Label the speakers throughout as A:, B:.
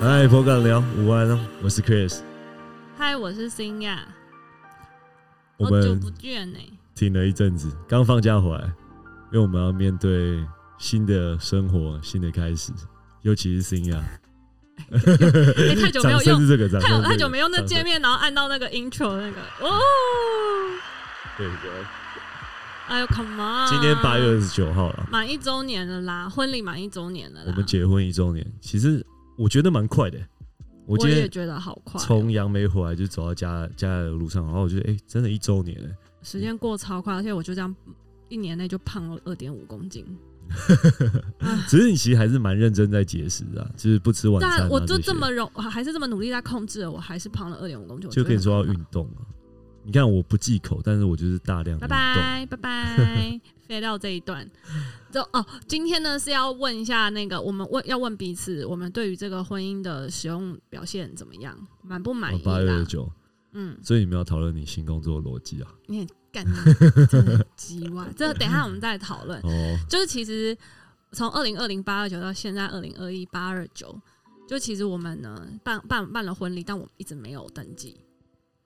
A: 嗨，破干聊，午安哦，我是 Chris，
B: 嗨，我是新亚，
A: 我
B: 好久
A: 们
B: 不见呢、
A: 停了一阵子，刚放假回来，因为我们要面对新的生活、新的开始，尤其是新亚，
B: 哎、太久没有
A: 掌声
B: 用，
A: 是这个，掌声是这个
B: 太久太久没用那
A: 掌声
B: 界面，然后按到那个 intro 那个，哦，
A: 对对，
B: 啊哎呦，come on，
A: 今天八月二十九号了，
B: 满一周年了啦，婚礼满一周年了啦，
A: 我们结婚一周年，其实我觉得蛮快的，我
B: 我
A: 今
B: 也
A: 天
B: 觉得好快哦、
A: 从杨梅回来就走到家家的路上，然后我觉得哎、真的一周年了。
B: 时间过超快，而且我就这样一年内就胖了二点五公斤，
A: 只是你其实还是蛮认真在节食的啊，就是不吃晚餐、啊。
B: 但我就
A: 些
B: 这么容，还是这么努力在控制了，我还是胖了二点五公
A: 就
B: 斤，我觉得
A: 跟你说要
B: 很可
A: 运动啊。你看我不忌口，但是我就是大量运
B: 拜
A: 动。
B: 拜拜拜，飞到这一段。 就哦，今天呢是要问一下那个，我们问要问彼此，我们对于这个婚姻的使用表现怎么样，满不满意
A: 八月二十
B: 啦？
A: 九，
B: 嗯，
A: 所以你们要讨论你新工作的逻辑啊。
B: 你很干你真的很鸡哇，这等一下我们再讨论。
A: 哦，
B: 就是其实从二零二零八二九到现在二零二一八二九，就其实我们呢办办办了婚礼，但我们一直没有登记。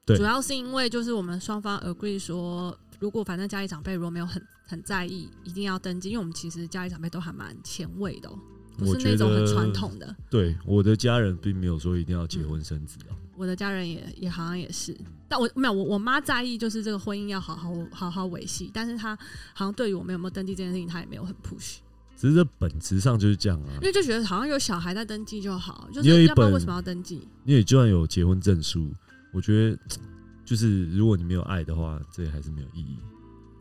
A: 对
B: 主要是因为就是我们双方 agree 说，如果反正家里长辈如果没有很很在意，一定要登记，因为我们其实家里长辈都还蛮前卫的、哦，
A: 我
B: 不是
A: 觉
B: 那种很
A: 得
B: 传统的。
A: 对我的家人并没有说一定要结婚生子啊。
B: 我的家人也也好像也是，但我没有我我妈在意，就是这个婚姻要好好好好维系，但是她好像对于我们有没有登记这件事情，她也没有很 push。
A: 只是这本质上就是这样啊
B: 因。为就觉得好像有小孩在登记就好，就
A: 你有一
B: 是要不然
A: 本
B: 为什么要登记？
A: 因为就算有结婚证书，我觉得就是如果你没有爱的话，这还是没有意义。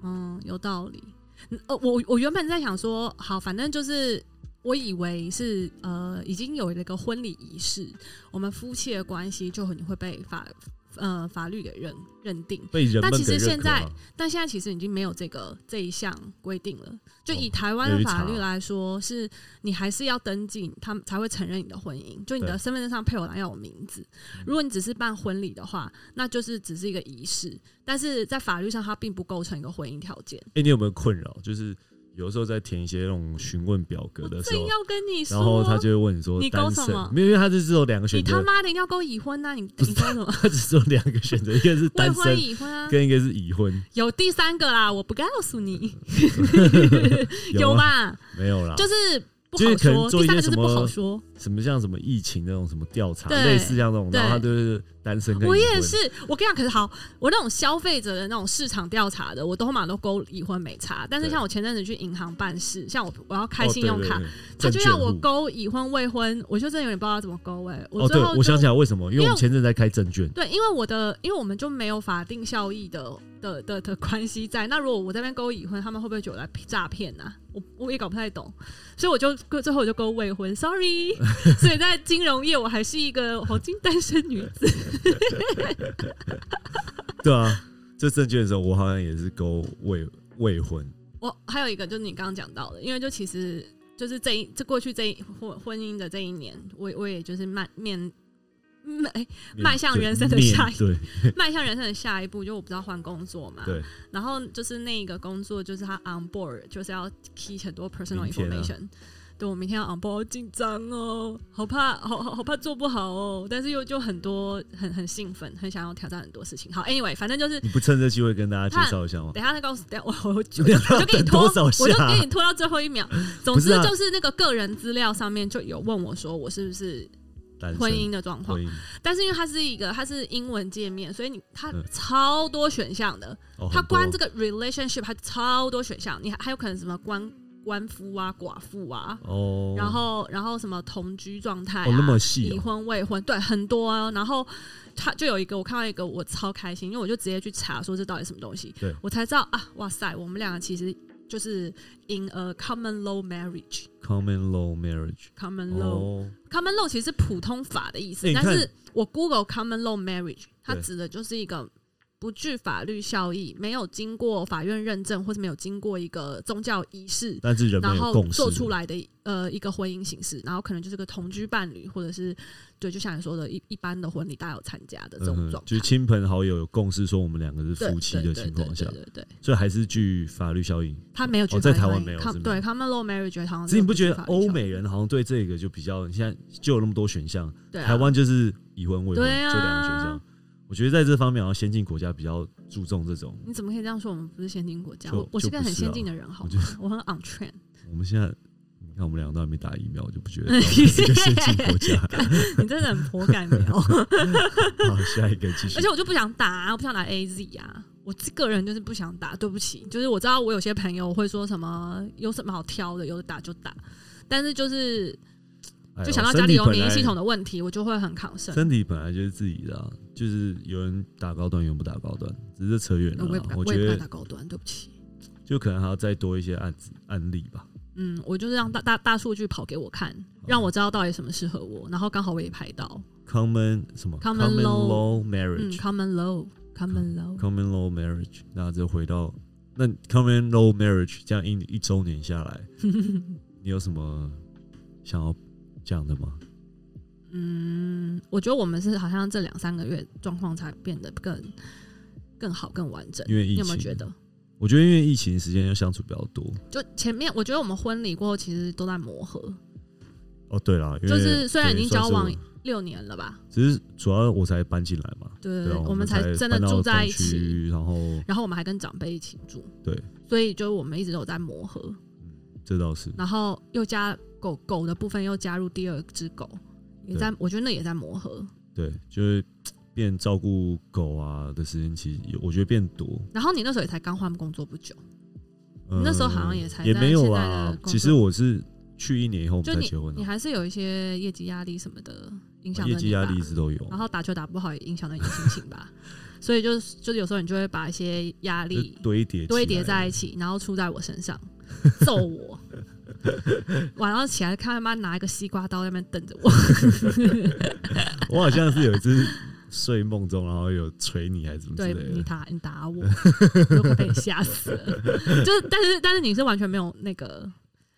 B: 嗯，有道理。嗯呃，我我原本在想说，好，反正就是我以为是呃，已经有了一个婚礼仪式，我们夫妻的关系就很会被法呃法律给认认定。
A: 被人们
B: 但其实
A: 给认
B: 现
A: 可啊
B: 在但现在其实已经没有这个这一项规定了。就以
A: 哦
B: 台湾
A: 有
B: 的
A: 一
B: 法
A: 查
B: 律来说，是你还是要登记，他们才会承认你的婚姻。就你的
A: 对嗯
B: 身份证上配偶栏要有名字。如果你只是办婚礼的话，那就是只是一个仪式，但是在法律上它并不构成一个婚姻条件。
A: 哎、你有没有困扰？就是有时候在填一些那种询问表格
B: 我
A: 的时
B: 正
A: 候，
B: 要跟你说，
A: 然后他就会问你说
B: 你
A: 单
B: 勾什
A: 身
B: 么，
A: 没有，因为他就只有两个
B: 你
A: 选
B: 他
A: 择，
B: 妈的一定要跟我已婚啊呐、你你说什 么？
A: 他只有两个选择，一个是
B: 未
A: 单
B: 婚
A: 身，
B: 已婚 啊，
A: 跟一个是已婚，
B: 有第三个啦，我不告诉你，
A: 有吗？
B: 吧？
A: 没有啦，
B: 就是不
A: 就是
B: 好
A: 可能
B: 说，
A: 做一
B: 第三
A: 些
B: 个就
A: 什
B: 是不
A: 么
B: 好说。
A: 什么像什么疫情那种什么调查，
B: 对
A: 类似像那种，然后他就
B: 对
A: 是单身跟
B: 我
A: 已
B: 也
A: 婚
B: 是，我跟你讲，可是好，我那种消费者的那种市场调查的，我都马上都勾已婚没差。但是
A: 对
B: 像我前阵子去银行办事，像我我要开
A: 哦
B: 信
A: 对
B: 用
A: 对
B: 卡，
A: 对
B: 他就
A: 证
B: 要
A: 券
B: 我
A: 户
B: 勾已婚未婚，我就真的有点不知道怎么勾哎、
A: 哦，
B: 最
A: 对
B: 后，
A: 我
B: 就
A: 想起来为什么，因为
B: 因为
A: 我们前阵在开证券，
B: 对，因为我的，因为我们就没有法定效益的的的的关系在。那如果我这边勾已婚，他们会不会觉得我在诈骗呢？我我也搞不太懂，所以我就最后我就勾未婚，sorry。所 以在金融业，我还是一个黄金单身女子。
A: 对啊，这证券的时候，我好像也是勾未未婚，
B: 我还有一个就是你刚刚讲到的，因为就其实就是这一这过去这一婚婚姻的这一年，我我也就是慢面。嗯哎 迈向
A: 对
B: 人生的
A: 面
B: 下一啊
A: 对
B: 迈向人生的下一步，就我不知道换工作嘛，
A: 对，
B: 然后就是那个工作，就是他 on board，就是要 key 很多 personal
A: 明天啊
B: information。对，我明天要 on board，好紧张哦，好怕，好好好怕做不好哦。但是又就很多，很很兴奋，很想要挑战很多事情。好，anyway，反正就是
A: 你不趁这机会跟大家介绍一下吗？
B: 等一下再告诉，等一下 我我就
A: 你要
B: 我就给你
A: 等
B: 拖，
A: 多少
B: 我就
A: 下
B: 给你拖到最后一秒。总
A: 不是
B: 之
A: 啊
B: 就是那个个人资料上面就有问我说我是 不是
A: 单身
B: 婚姻的状况
A: 婚，姻
B: 但是因为它是一个它是英文界面，所以你它
A: 嗯
B: 超多选项的。
A: 哦，
B: 他关这
A: 个
B: 个 relationship 还超多选项，你还还有可能什么官官夫啊、寡妇啊，
A: 哦，
B: 然后然后什么同居状态、啊，
A: 哦那么细
B: 已
A: 哦，
B: 婚未婚，对，很多、啊。然后他就有一个，我看到一个，我超开心，因为我就直接去查说这到底什么东西
A: 对，
B: 我才知道啊，哇塞，我们两个其实就是 in a common law marriage，common
A: common law marriage
B: law、
A: 哦，
B: common law 其实是普通法的意
A: 欸
B: 思，
A: 你
B: 但
A: 看
B: 是我 Google common law marriage，它
A: 对
B: 指的就是一个不具法律效益，没有经过法院认证，或是没有经过一个宗教仪式，
A: 但是人
B: 然
A: 们有
B: 后
A: 共识
B: 做出来的呃一个婚姻形式，然后可能就是个同居伴侣，或者是对，就像你说的，一一般的婚礼大家有参加的这种
A: 嗯
B: 状
A: 哼，
B: 态，
A: 就是亲朋好友有共识说我们两个是
B: 对
A: 夫妻
B: 对
A: 的
B: 对
A: 情
B: 对
A: 况下
B: 对，对对，
A: 所以还是具法律效应。
B: 他没有
A: 哦
B: 举
A: 在台
B: 法律效
A: 湾
B: 应
A: 没有
B: ，com-
A: 是吗
B: 对 common law marriage 好像
A: 所以你不
B: 具
A: 觉得
B: 哦法
A: 欧
B: 律效应
A: 美人好像对这个就比较，你现在就有那么多选项，
B: 对啊
A: 台湾就是已婚未婚
B: 对啊
A: 这两个选项。我觉得在这方面，好像先进国家比较注重这种。
B: 你怎么可以这样说？我们不是先进国家，
A: 就
B: 我我是
A: 就
B: 个
A: 不
B: 很
A: 是
B: 先
A: 啊
B: 进的人，好
A: 我
B: 吗
A: 觉？
B: 我很 on trend。
A: 我们现在，你看我们两个都还没打疫苗，我就不 觉得台湾是一个先进国家。
B: 你真的很颇感苗，
A: 好，下一个继续
B: 而且。我就不想打、啊，我不想打 AZ 啊。我这个人就是不想打，对不起，就是我知道我有些朋友会说什么有什么好挑的，有的打就打，但是就是
A: 哎呦
B: 就想到家里有免疫系，
A: 身体本来
B: 统的问题，我就会很抗生。
A: 身体本来就是自己的、啊，就是有人打高端，有人不打高端，只是扯远了
B: 我也
A: 啦
B: 不。敢，
A: 我觉
B: 我也不敢
A: 得
B: 打高端，对不起。
A: 就可能还要再多一些案子案例吧。
B: 嗯，我就是让大大大数据跑给我看，
A: 哦
B: 让我知道到底什么适合我，然后刚好我也拍到，嗯
A: 啊 Common 什么
B: Common
A: law
B: 嗯
A: marriage、
B: ，common low，common low，
A: 嗯 common law marriage，那就回到那 common law marriage 这样一一周年下来， 你有什么想要讲的吗？
B: 嗯，我觉得我们是好像这两三个月状况才变得更更好、更完整。
A: 因为疫
B: 你
A: 情，
B: 有没有觉得？
A: 我觉得因为疫情时间要相处比较多。
B: 就前面，我觉得我们婚礼过后其实都在磨合，
A: 哦，对了，因为
B: 就是虽然已经交往
A: 对算是
B: 六年了吧
A: 我，只是主要我才搬进来嘛，
B: 对，
A: 对啊，
B: 我
A: 们
B: 才真的
A: 搬到
B: 住在
A: 东
B: 一起，
A: 区，然后
B: 然后我们还跟长辈一起住，
A: 对，
B: 所以就我们一直都有在磨合，
A: 这倒是，
B: 然后又加狗狗的部分又加入第二只狗，也在，我觉得那也在磨合。
A: 对，就是变照顾狗啊的时间，其实有我觉得变多。
B: 然后你那时候也才刚换工作不久，
A: 呃
B: 那时候好像也才
A: 也
B: 在
A: 没有
B: 现在的
A: 啦
B: 工。作
A: 其实我是去一年以后我们才结婚
B: 你
A: 的，
B: 还是有一些业绩压力什么的影响着
A: 业
B: 你
A: 绩压
B: 吧
A: 力一直都有
B: 然，后打球打不好也影响到你的心 情吧。所以就是就是有时候你就会把一些压
A: 就
B: 力
A: 堆叠
B: 堆叠
A: 起来
B: 在一起，然后出在我身上，揍 我。晚上起来看他妈拿一个西瓜刀在那边瞪着我，
A: 我好像是有一次 睡梦中，然后有捶你还是什么之
B: 对
A: 类
B: 你
A: 的。
B: 打你打我，我快被吓死了。就是但是但是你是完全没有那个，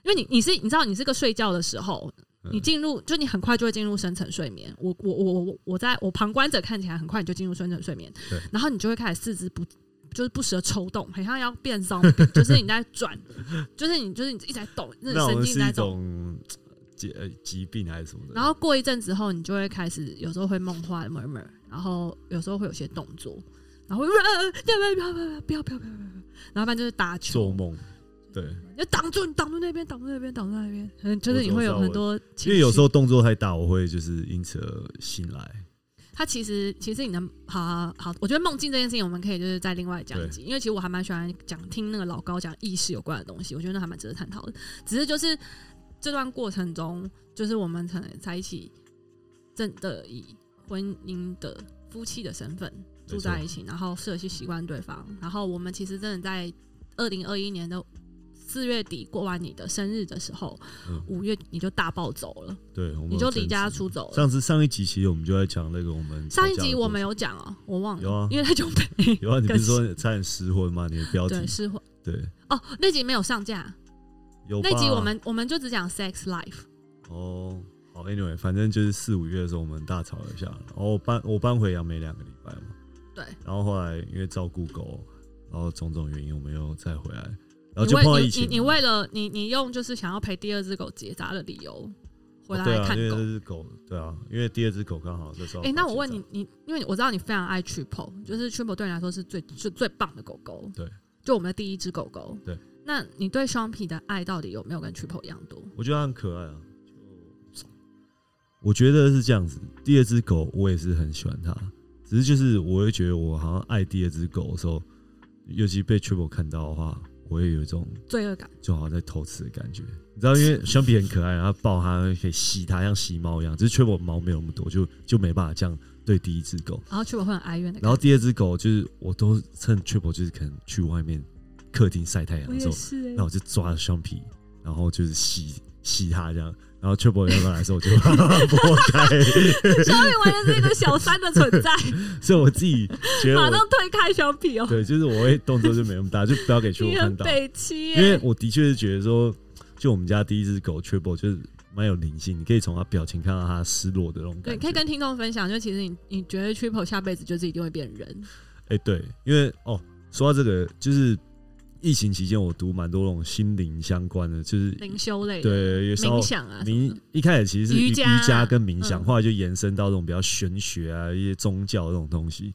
B: 因为你你是你知道你是个睡觉的时候。
A: 嗯
B: 你进入，就你很快就会进入深层睡眠。我我我我我在我旁观者看起来很快你就进入深层睡眠
A: 对，
B: 然后你就会开始四肢不就是不时的抽动，很像要变 zombie，就是你在转， 就是你就是你一直在动，那
A: 那我
B: 神
A: 们
B: 经
A: 是
B: 在
A: 一
B: 动。
A: 种疾呃疾病还是什么的？
B: 然后过一阵子后，你就会开始有时候会梦话 murmur，然后有时候会有些动作，然后会呃不要不要不要不要不要不要不要，然后反正就是打
A: 做
B: 球，
A: 梦，对，
B: 就挡住你挡住那边挡住那边挡住那边，嗯，就是你会有很多情绪，
A: 因为有时候动作太大，我会就是因此而醒来。
B: 它其实其实你能好好好，我觉得梦境这件事情，我们可以就是再另外讲一集，因为其实我还蛮喜欢讲听那个老高讲意识有关的东西，我觉得那还蛮值得探讨的。只是就是这段过程中，就是我们可能在一起，真的以婚姻的夫妻的身份
A: 没错
B: 住在一起，然后试着去习惯对方，然后我们其实真的在二零二一年的四月底过完你的生日的时候，
A: 嗯
B: 五月你就大暴走了，
A: 对，我们
B: 你
A: 有
B: 就
A: 争
B: 离家
A: 执
B: 出走了。
A: 上次上一集其实我们就在讲那个我们吵
B: 上一
A: 架的
B: 集
A: 过
B: 我们
A: 程
B: 有讲哦、我忘了，
A: 有啊
B: 因为太久 没
A: 有啊，你不是
B: 更
A: 说差点失婚吗？你的标题
B: 对失婚
A: 对
B: 哦，那集没有上架，
A: 有吧
B: 那集我们我们就只讲 sex life，
A: 哦好 anyway，反正就是四五月的时候我们大吵了一下，然后我搬我搬回杨梅两个礼拜嘛，
B: 对，
A: 然后后来因为照顾狗，然后种种原因我们又再回来，然后
B: 你
A: 哦就碰到
B: 为
A: 疫
B: 你你
A: 情
B: 你
A: 了
B: 为了你你用就是想要陪第二只狗结扎的理由回来
A: 哦对啊，
B: 看
A: 因为
B: 狗
A: 这，只狗对啊，因为第二只狗刚好那时候
B: 哎、那我问
A: 结
B: 你
A: 扎，，
B: 你因为我知道你非常爱 Triple，就是 Triple 对你来说是最最最棒的狗狗，
A: 对，
B: 就我们的第一只狗狗，
A: 对。
B: 那你对双皮的爱到底有没有跟 Triple 一样多？
A: 我觉得它很可爱啊，就我觉得是这样子，第二只狗我也是很喜欢它，只是就是我会觉得我好像爱第二只狗的时候，尤其被 Triple 看到的话，我会有一种
B: 罪恶感，
A: 就好像在偷吃的感觉。你知道，因为相比很可爱，然后抱它可以吸它，像吸猫一样。只是 Triple 毛没有那么多，就就没办法这样对第一只狗。
B: 然后 Triple 会很哀怨的。
A: 然后第二只狗就是，我都趁 Triple 就是可能去外面客厅晒太阳
B: 我
A: 的时
B: 也
A: 候，
B: 是、欸
A: 那，我就抓着橡皮，然后就是吸吸它这样，然后 Triple 要不要来的时候，我就 把它拨开，
B: 小米完全是一个小三的存 在，
A: 所以我自己觉得
B: 马
A: 我
B: 上推开小比哦，
A: 对，就是我会动作就没那么大，就不要给 Triple
B: 你
A: 看
B: 很
A: 到，
B: 北七
A: 因为
B: 耶，
A: 我的确是觉得说，就我们家第一只狗 Triple 就是蛮有灵性，你可以从它表情看到它失落的那种
B: 对，
A: 感
B: 可以
A: 觉。
B: 跟听众分享，就其实你你觉得 Triple 下辈子就是一定会变人，
A: 哎、对，因为哦，说到这个，就是疫情期间我读蛮多那种心灵相关的，就是
B: 灵修类的
A: 对，也稍
B: 冥
A: 微
B: 想啊什么
A: 冥
B: 的，
A: 一开始其实是
B: 瑜
A: 瑜
B: 伽
A: 瑜伽跟冥想，
B: 嗯
A: 后来就延伸到这种比较玄学啊、一些宗教这种东西，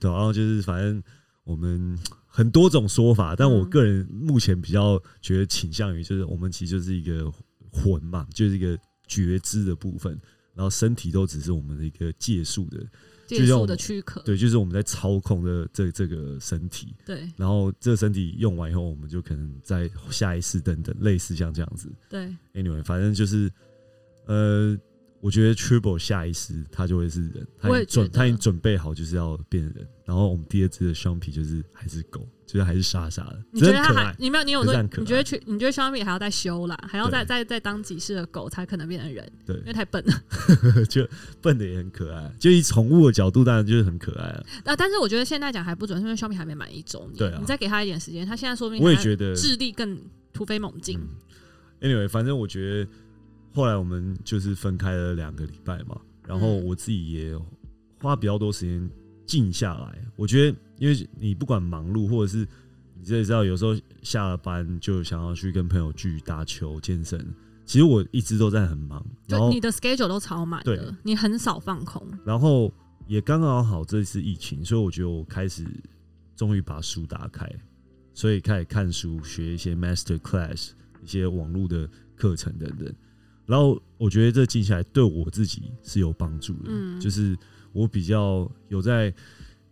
A: 对、啊，然后就是反正我们很多种说法，但我
B: 嗯
A: 个人目前比较觉得倾向于就是我们其实就是一个魂嘛，就是一个觉知的部分，然后身体都只是我们的一个借宿的，
B: 借
A: 就让
B: 宿
A: 我
B: 的
A: 们
B: 躯壳，
A: 对，就是我们在操控的这这个身体，
B: 对
A: 然后这个身体用完以后，我们就可能在下一世等等，类似像这样子。
B: 对，
A: Anyway，反正就是，呃，我觉得 Triple 下一世他就会是人，他
B: 我
A: 已
B: 也
A: 经
B: 觉
A: 准他已经
B: 得
A: 准备好就是要变人。然后我们第二只的橡皮就是还是狗，就是还是傻傻的，
B: 你觉
A: 真
B: 得
A: 的
B: 他
A: 很可
B: 还
A: 爱。
B: 你没有你有
A: 可是
B: 说
A: 很可
B: 你
A: 爱
B: 觉得去你觉得小米还要再修啦，还要再
A: 对
B: 再再当几世的狗才可能变成人，因为
A: 对，
B: 太笨了
A: 就笨的也很可爱，就以宠物的角度，当然就是很可爱啊。
B: 啊！但是我觉得现在讲还不准，因为小米还没满一周年，
A: 对啊
B: 你再给他一点时间，他现在说明
A: 我也
B: 他
A: 觉得
B: 智力更突飞猛进。
A: 嗯 Anyway，反正我觉得后来我们就是分开了两个礼拜嘛，然后
B: 嗯
A: 我自己也花比较多时间静下来。我觉得，因为你不管忙碌，或者是你自己知道，有时候下了班就想要去跟朋友去打球、健身。其实我一直都在很忙，然
B: 就
A: 后
B: 你的 schedule 都超满
A: 对
B: 的，你很少放空。
A: 然后也刚刚好这次疫情，所以我觉得我开始终于把书打开，所以开始看书，学一些 master class，一些网络的课程等等。然后我觉得这静下来对我自己是有帮助的，
B: 嗯
A: 就是我比较有在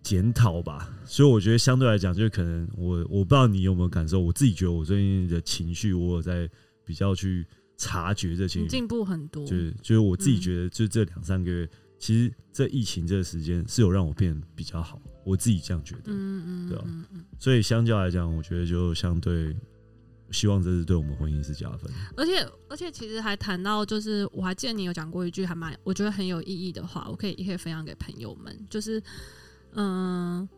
A: 检讨吧，所以我觉得相对来讲，就是可能我我不知道你有没有感受，我自己觉得我最近的情绪，我有在比较去察觉这些
B: 你进步很多，
A: 就是就是我自己
B: 嗯
A: 觉得，就这两三个月，其实这疫情这个时间是有让我变比较好，我自己这样觉得。
B: 嗯嗯
A: 对啊
B: 嗯嗯，
A: 所以相较来讲，我觉得就相对希望这是对我们婚姻是加分。
B: 而且而且其实还谈到，就是我还记得你有讲过一句还蛮我觉得很有意义的话，我可以也可以分享给朋友们，就是嗯、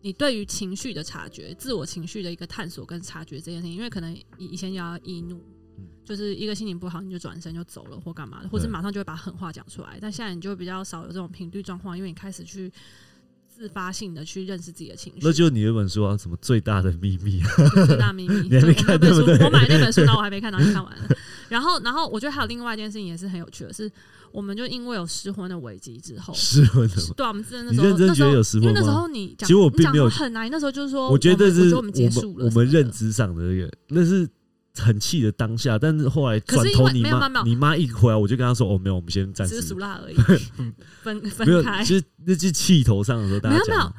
B: 你对于情绪的察觉、自我情绪的一个探索跟察觉这件事情，因为可能以以前也要易怒
A: 嗯。
B: 就是一个心情不好，你就转身就走了，或干嘛的，或是
A: 对
B: 马上就会把狠话讲出来。但现在你就比较少有这种频率状况，因为你开始去自发性的去认识自己的情绪。
A: 那就是你那本书啊，什么最大的秘密啊？
B: 最大秘密。
A: 你还没 看对不对
B: 我买那本书， 然后我还没看，然后就看完了。然后，然后我觉得还有另外一件事情也是很有趣的是，我们就因为有失婚的危机之后，
A: 失婚的。
B: 对啊，我们真的
A: 你
B: 哦那时
A: 认
B: 候
A: 真
B: 那时
A: 觉
B: 候
A: 得有失
B: 因为
A: 婚
B: 那时
A: 吗？
B: 候你讲，
A: 其实我
B: 你
A: 并
B: 讲
A: 没有
B: 说很难，那时候就是说，
A: 我觉得这
B: 我们
A: 是
B: 我们结束
A: 我
B: 了
A: 们
B: 什么的
A: 认。知上的那个，那是很气的当下。但是后来
B: 可
A: 转
B: 是因
A: 头
B: 为
A: 你
B: 没有没有没
A: 妈，
B: 有
A: 你妈一回来，我就跟她说：“哦，没有，我们先暂
B: 只
A: 时
B: 是俗辣 而已，分
A: 没有
B: 分，开。
A: 就是那是气头上的时候，大家
B: 没有
A: 讲
B: 没有
A: 嘛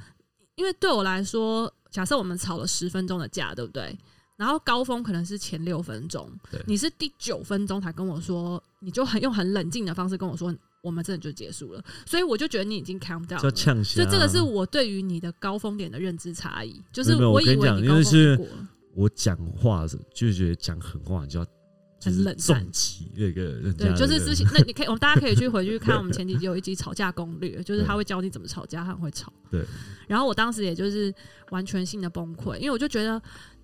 B: 因为对我来说，假设我们吵了十分钟的架，对不对？然后高峰可能是前六分钟
A: 对，
B: 你是第九分钟才跟我说，你就很用很冷静的方式跟我说，我们真的就结束了。所以我就觉得你已经 calm down
A: 就要
B: 了。
A: 呛下
B: 所
A: 啊。
B: 以这个是我对于你的高峰点的认知差异，就
A: 没
B: 是
A: 有没有我
B: 以
A: 跟你
B: 为
A: 讲
B: 你
A: 因
B: 高
A: 为
B: 峰
A: 是
B: 点过了，
A: 我讲话的时候，就觉得讲狠话，你就要就
B: 很
A: 是
B: 冷淡
A: 重击那个人家
B: 对，
A: 的
B: 就是之前那你可以，我们大家可以去回去看我们前几集有一集吵架攻略，就是他会教你怎么吵架，他很会吵。
A: 对。
B: 然后我当时也就是完全性的崩溃，因为我就觉得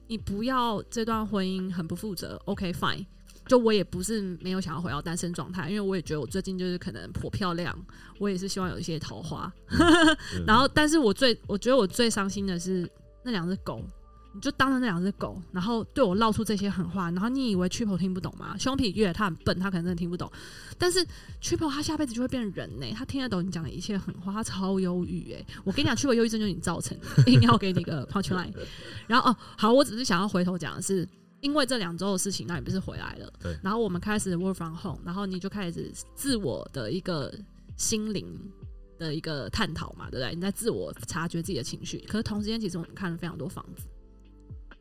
B: 你不要这段婚姻很不负责。OK fine，就我也不是没有想要回到单身状态，因为我也觉得我最近就是可能颇漂亮，我也是希望有一些桃花。
A: 嗯对
B: 然后，但是我最我觉得我最伤心的是那两只狗。你就当着那两只狗，然后对我唠出这些狠话，然后你以为 Triple 听不懂吗？胸皮月他很笨，他可能真的听不懂。但是 Triple 他下辈子就会变人呢、他听得懂你讲的一切狠话，他超忧郁哎！我跟你讲，Triple 忧郁症就是你造成的，硬要给你一个 punch line。然后哦，好，我只是想要回头讲的是，因为这两周的事情，那你不是回来了，
A: 对
B: 然后我们开始 work from home，然后你就开始自我的一个心灵的一个探讨嘛，对不对？你在自我察觉自己的情绪，可是同时间，其实我们看了非常多房子，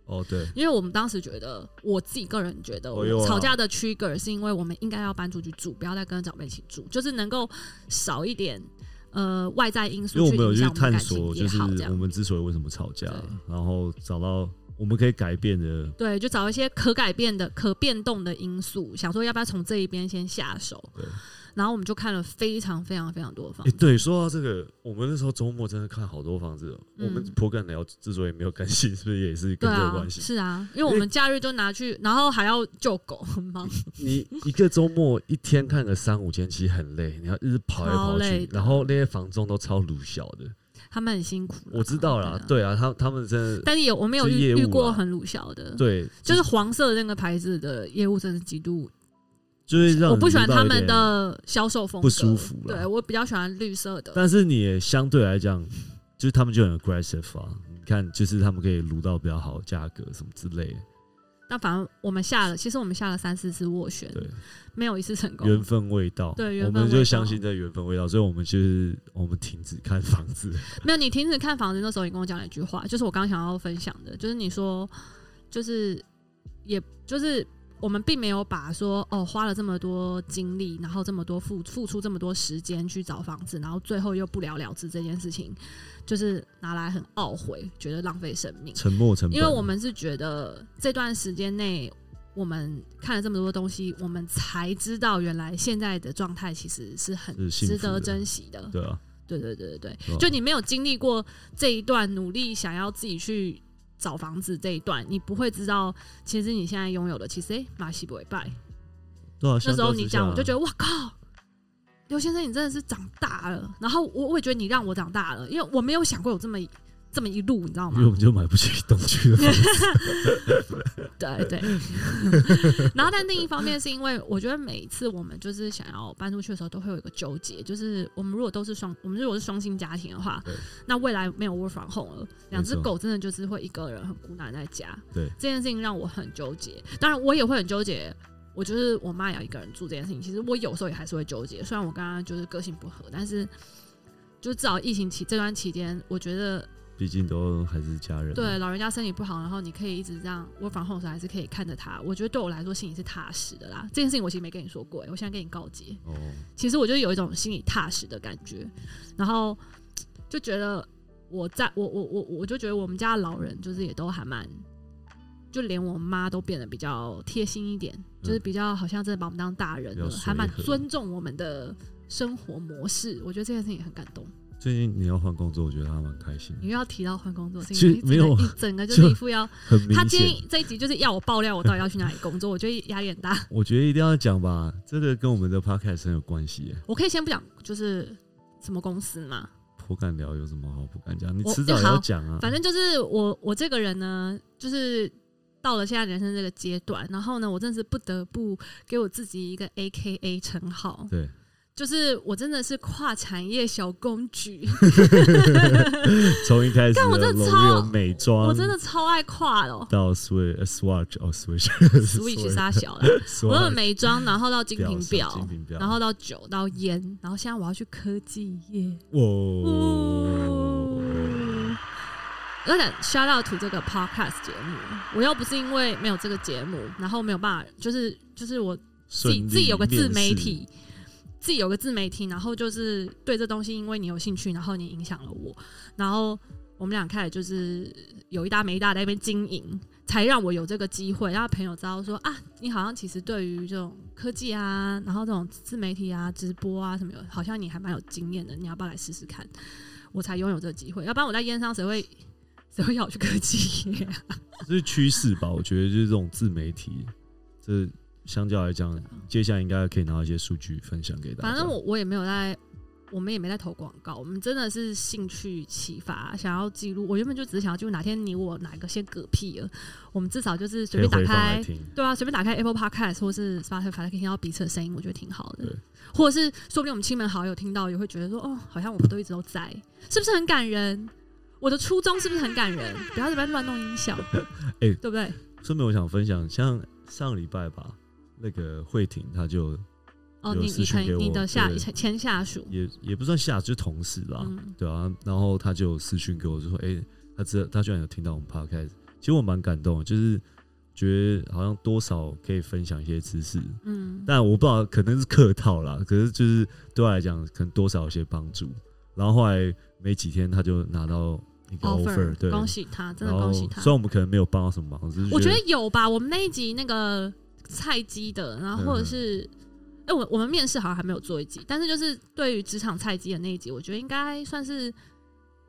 A: 哦对，
B: 因为我们当时觉得，我自己个人觉得，
A: 哦有
B: 我
A: 啊
B: 吵架的 trigger 是因为我们应该要搬出去住，不要再跟长辈一起住，就是能够少一点呃外在因
A: 因为
B: 素
A: 我
B: 去
A: 们有
B: 影
A: 去
B: 响我们
A: 探
B: 感
A: 索，
B: 情
A: 就
B: 也
A: 是
B: 好，这
A: 我
B: 样。
A: 们之所以为什么吵架
B: 对，
A: 然后找到我们可以改变的，
B: 对，就找一些可改变的、可变动的因素，想说要不要从这一边先下手
A: 对。
B: 然后我们就看了非常非常非常多的方
A: 哎、对，说到这个，我们那时候周末真的看好多房子、哦。我们
B: 嗯
A: program 聊之所以没有干系， 是不是也是
B: 对
A: 跟这个
B: 啊，
A: 关系？
B: 是啊，因为我
A: 因
B: 们假日就拿去，然后还要救狗，很忙。
A: 你一个周末一天看个三五间，其实很累，你要一直跑来跑
B: 超累
A: 去，
B: 的
A: 然后那些房仲都超鲁小的，
B: 他们很辛苦。
A: 我知道啦，，对啊，他他们真的
B: 但是有我们有
A: 是业
B: 遇
A: 务啊
B: 遇过很鲁小的，，
A: 对，
B: 就是黄色的那个牌子的业务真的极度，
A: 就是让
B: 我
A: 你
B: 不喜欢
A: 遇到
B: 他
A: 一
B: 们
A: 点
B: 的销售风格，
A: 不舒服啦
B: 对我比较喜欢绿色的，
A: 但是你也相对来讲， 就是他们就很 aggressive 啊。你看，就是他们可以撸到比较好的价格什么之类的，
B: 但反正我们下了，其实我们下了三四次斡旋，
A: 对，
B: 没有一次成功。
A: 缘分未到，
B: 哦对缘
A: 我
B: 分
A: 们就
B: 未
A: 相
B: 到
A: 信这缘分未到，所以我们就是我们停止看房子，
B: 没有，你停止看房子那时候，你跟我讲了一句话，就是我刚想要分享的，就是你说，就是也就是我们并没有把说哦花了这么多精力，然后这么多付付出这么多时间去找房子，然后最后又不了了之这件事情，就是拿来很懊悔，觉得浪费生命。
A: 沉默成本，
B: 因为我们是觉得这段时间内，我们看了这么多东西，我们才知道原来现在的状态其实是很
A: 是幸
B: 值
A: 福
B: 得
A: 的
B: 珍惜的。
A: 对啊，
B: 对对对对对，
A: 对啊
B: 就你没有经历过这一段努力想要自己去找房子这一段，你不会知道，其实你现在拥有的其实哎马西不会败。
A: 对啊，
B: 那时候你
A: 讲
B: 讲，我就觉
A: 得
B: 得哇靠，刘先生你真的是长大了。然后我我也觉得你让我长大了，因为我没有想过有这么一这么一路，你知道
A: 因为我
B: 吗？
A: 们就买不起东区的房 子，
B: 对 对。然后但另一方面是因为我觉得每一次我们就是想要搬出去的时候，都会有一个纠结，就是我们如果都是双，我们如果是双薪家庭的话
A: 对，
B: 那未来没有 work from home 了，两只
A: 没错
B: 狗真的就是会一个人很孤单在家。
A: 对
B: 这件事情让我很纠结，当然我也会很纠结。我就是我妈要一个人住这件事情，其实我有时候也还是会纠结。虽然我跟她就是个性不合，但是就至少疫情期这段期间，我觉得
A: 毕竟都还是家人，
B: 对，老人家身体不好，然后你可以一直这样 work from home 的时候还是可以看着他。我觉得对我来说心里是踏实的啦。这件事情我其实没跟你说过、欸我现在跟你告诫。
A: 哦，
B: 其实我就有一种心里踏实的感觉，然后就觉得我在我我我我就觉得我们家的老人就是也都还蛮，就连我妈都变得比较贴心一点，就是比较好像真的把我们当大人
A: 嗯
B: 了，
A: 比较随和
B: 还蛮尊重我们的生活模式。我觉得这件事情也很感动。
A: 最近你要换工作，我觉得他蛮开心的，
B: 你又要提到换工作，
A: 其实
B: 是因为
A: 没有
B: 一整个就是
A: 就
B: 一副要
A: 很明
B: 他今
A: 显，
B: 天这一集就是要我爆料我到底要去哪里工作，我觉得压力很大。
A: 我觉得一定要讲吧，这个跟我们的 podcast 很有关系耶，
B: 我可以先不讲就是什么公司嘛，
A: 不敢聊有什么好不敢讲，你
B: 我
A: 迟早也
B: 好
A: 要讲啊，
B: 反正就是我我这个人呢，就是到了现在人生这个阶段，然后呢，我真的是不得不给我自己一个 A K A 称号，
A: 对，
B: 就是我真的是跨产业小公举，
A: 从一开始
B: 干我
A: 的
B: 真的
A: 龙
B: 超
A: 有美妆，
B: 我真的超爱跨的、 哦
A: 到 Switch、呃 Swatch 哦 Switch
B: ，Switch 杀小 了。我有
A: Swatch
B: 美妆，然后到精品表，
A: 精品啊表，
B: 然后到酒，到烟，然后现在我要去科技业。
A: 我
B: 哦，有点 shout out to 这个 podcast 节目，我要不是因为没有这个节目，然后没有办法，就是就是我自己
A: 顺利
B: 自己有个自媒
A: 面
B: 体，自己有个自媒体，然后就是对这东西，因为你有兴趣，然后你影响了我，然后我们俩开始就是有一搭没一搭在那边经营，才让我有这个机会，让朋友知道说啊，你好像其实对于这种科技啊，然后这种自媒体啊、直播啊什么，有好像你还蛮有经验的，你要不要来试试看？我才拥有这个机会，要不然我在烟上谁会谁会要我去科技业啊、
A: 试，这是趋势吧？我觉得就是这种自媒体，这相较来讲，接下来应该可以拿一些数据分享给大家。
B: 啊反正我我也没有在，我们也没在投广告，我们真的是兴趣启发，想要记录。我原本就只是想要记录哪天你我哪个先嗝屁了，我们至少就是随
A: 可以
B: 便
A: 回
B: 打
A: 放来
B: 开，
A: 听，
B: 对啊，随便打开 Apple Podcast 或是 Spotify 可以听到彼此的声音，我觉得挺好的
A: 对。
B: 或者是说不定我们亲朋好友听到也会觉得说，哦，好像我们都一直都在，是不是很感人？我的初衷是不是很感人？不要这边乱弄音效，
A: 哎
B: 对不对？
A: 顺便我想分享，像上礼拜吧，那个慧婷她就有
B: 哦，你
A: 私
B: 你
A: 讯
B: 曾
A: 给我
B: 你的下
A: 对
B: 前前下属，
A: 也也不算下，就是同事啦，
B: 嗯，
A: 对啊，然后他就有私讯给我，就说：“哎、他知他居然有听到我们 podcast，其实我蛮感动的，就是觉得好像多少可以分享一些知识，
B: 嗯，
A: 但我不知道可能是客套啦，可是就是对我来讲，可能多少有些帮助。然后后来没几天，他就拿到一个
B: offer，
A: offer，对，
B: 恭喜他，真
A: 然
B: 的
A: 后
B: 恭喜他
A: 虽。然我们可能没有帮到什么忙，只是
B: 我觉
A: 觉
B: 得有吧，我们那一集那个菜鸡的，然
A: 嗯
B: 后或者是，哎、我我们面试好像还没有做一集，但是就是对于职场菜鸡的那一集，我觉得应该算是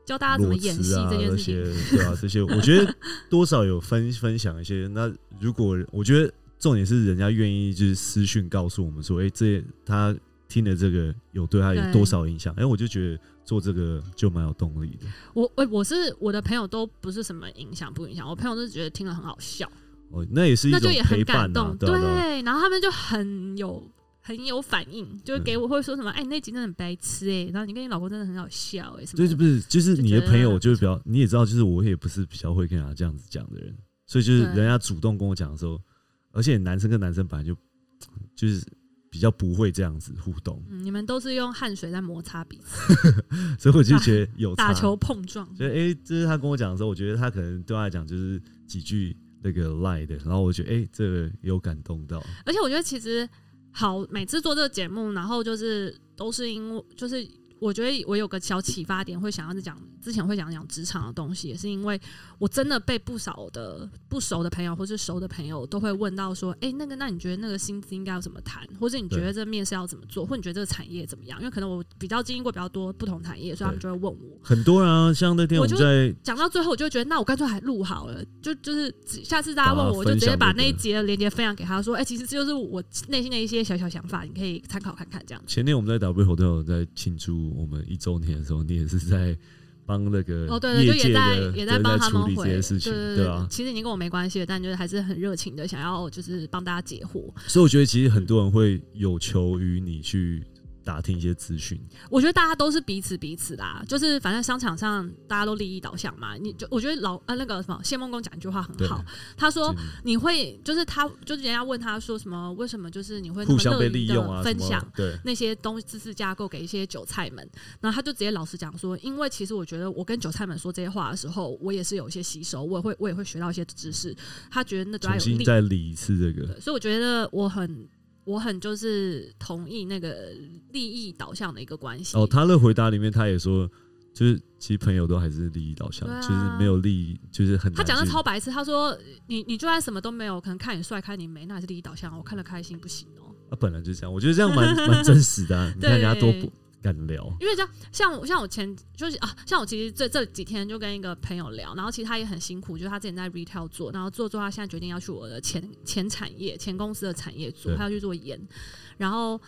B: 教大家怎么
A: 裸
B: 演戏
A: 辞啊
B: 这件
A: 那
B: 事
A: 些
B: 情。
A: 对啊，这些我觉得多少有分分享一些。那如果我觉得重点是人家愿意就是私讯告诉我们说，哎、这他听的这个有对他有
B: 对
A: 多少影响？哎、我就觉得做这个就蛮有动力的。
B: 我我我是我的朋友都不是什么影响不影响，我朋友都是觉得听了很好笑，
A: 哦，那也是一
B: 那就
A: 种
B: 也很
A: 陪伴
B: 感
A: 啊
B: 动，，
A: 对啊对啊
B: 然后他们就很有。很有反应，
A: 嗯
B: 就会给我会说什么，哎、那集真的很白痴哎、然后你跟你老公真的很好笑哎、什么
A: 就是
B: 的
A: 不是就是
B: 就
A: 你
B: 觉
A: 的
B: 得
A: 朋友
B: 不
A: 就是比较，你也知道，就是我也不是比较会跟人家这样子讲的人，所以就是
B: 对
A: 人家主动跟我讲的时候，而且男生跟男生本来就就是比较不会这样子互动，
B: 嗯，你们都是用汗水在摩擦彼此，
A: 所以我就觉得有
B: 打
A: 差
B: 球碰撞，
A: 所以，哎、这是他跟我讲的时候，我觉得他可能对他来讲就是几句那个赖的，然后我觉得，哎、这个有感动到，
B: 而且我觉得其实好，每次做这个节目，然后就是都是因为就是。我觉得我有个小启发点，会想要是讲之前会想讲职场的东西，也是因为我真的被不少的不熟的朋友或是熟的朋友都会问到说，诶，那个那你觉得那个薪资应该要怎么谈，或者你觉得这面试要怎么做，或你觉得这个产业怎么样？因为可能我比较经历过比较多不同产业，所以他们就会问我。
A: 很多人啊，像那天我
B: 我
A: 们
B: 就
A: 在
B: 讲到最后，我就会觉得，那我干脆还录好了，就就是只下次大家问
A: 把它
B: 我，我就直接
A: 分享
B: 把
A: 给别
B: 那一
A: 人
B: 节的链接分享给他，说，哎、其实这就是我内心的一些小小想法，你可以参考看看这样子。
A: 前天我们在 W Hotel 在庆祝我们一周年的时候，你也是在帮那个
B: 哦，对对，
A: 业
B: 就也
A: 界
B: 在
A: 的
B: 也
A: 在
B: 帮他
A: 处
B: 们
A: 理这
B: 回，
A: 些事情，
B: 对
A: 对啊，
B: 其实已经跟我没关系了，但就是还是很热情的，想要就是帮大家解惑。
A: 所以我觉得其实很多人会有求于你去打听一些资讯，
B: 我觉得大家都是彼此彼此啦，就是反正商场上大家都利益导向嘛。你就我觉得老呃那个什么谢梦工讲一句话很
A: 对
B: 好，他说
A: 就是
B: 你会就是他就是人家问他说什么为什么就是你会那
A: 互
B: 么
A: 相
B: 乐
A: 被
B: 于
A: 利
B: 地
A: 用啊，
B: 分享
A: 什。么对，
B: 那些东西知识架构给一些韭菜们，然后他就直接老实讲说，因为其实我觉得我跟韭菜们说这些话的时候，我也是有一些吸收，我也会我也会学到一些知识。他觉得那对他
A: 重
B: 有
A: 新
B: 利，
A: 再理一次这个，
B: 所以我觉得我很我很就是同意那个利益导向的一个关系。
A: 哦，他的回答里面他也说，就是其实朋友都还是利益导向，
B: 对啊
A: 就是没有利益，就是很
B: 他
A: 难去。
B: 讲的超白痴，他说你你就算什么都没有，可能看你帅看你美，那也是利益导向，我看了开心不行哦、
A: 他本来就这样，我觉得这样蛮蛮真实的、 啊。你看人家多
B: 对
A: 不敢聊，
B: 因为这样，像我像我前就是啊，像我其实这这几天就跟一个朋友聊，然后其实他也很辛苦，就是他之前在 retail 做，然后做做他现在决定要去我的前前产业前公司的产业做，
A: 对
B: 他要去做盐，然后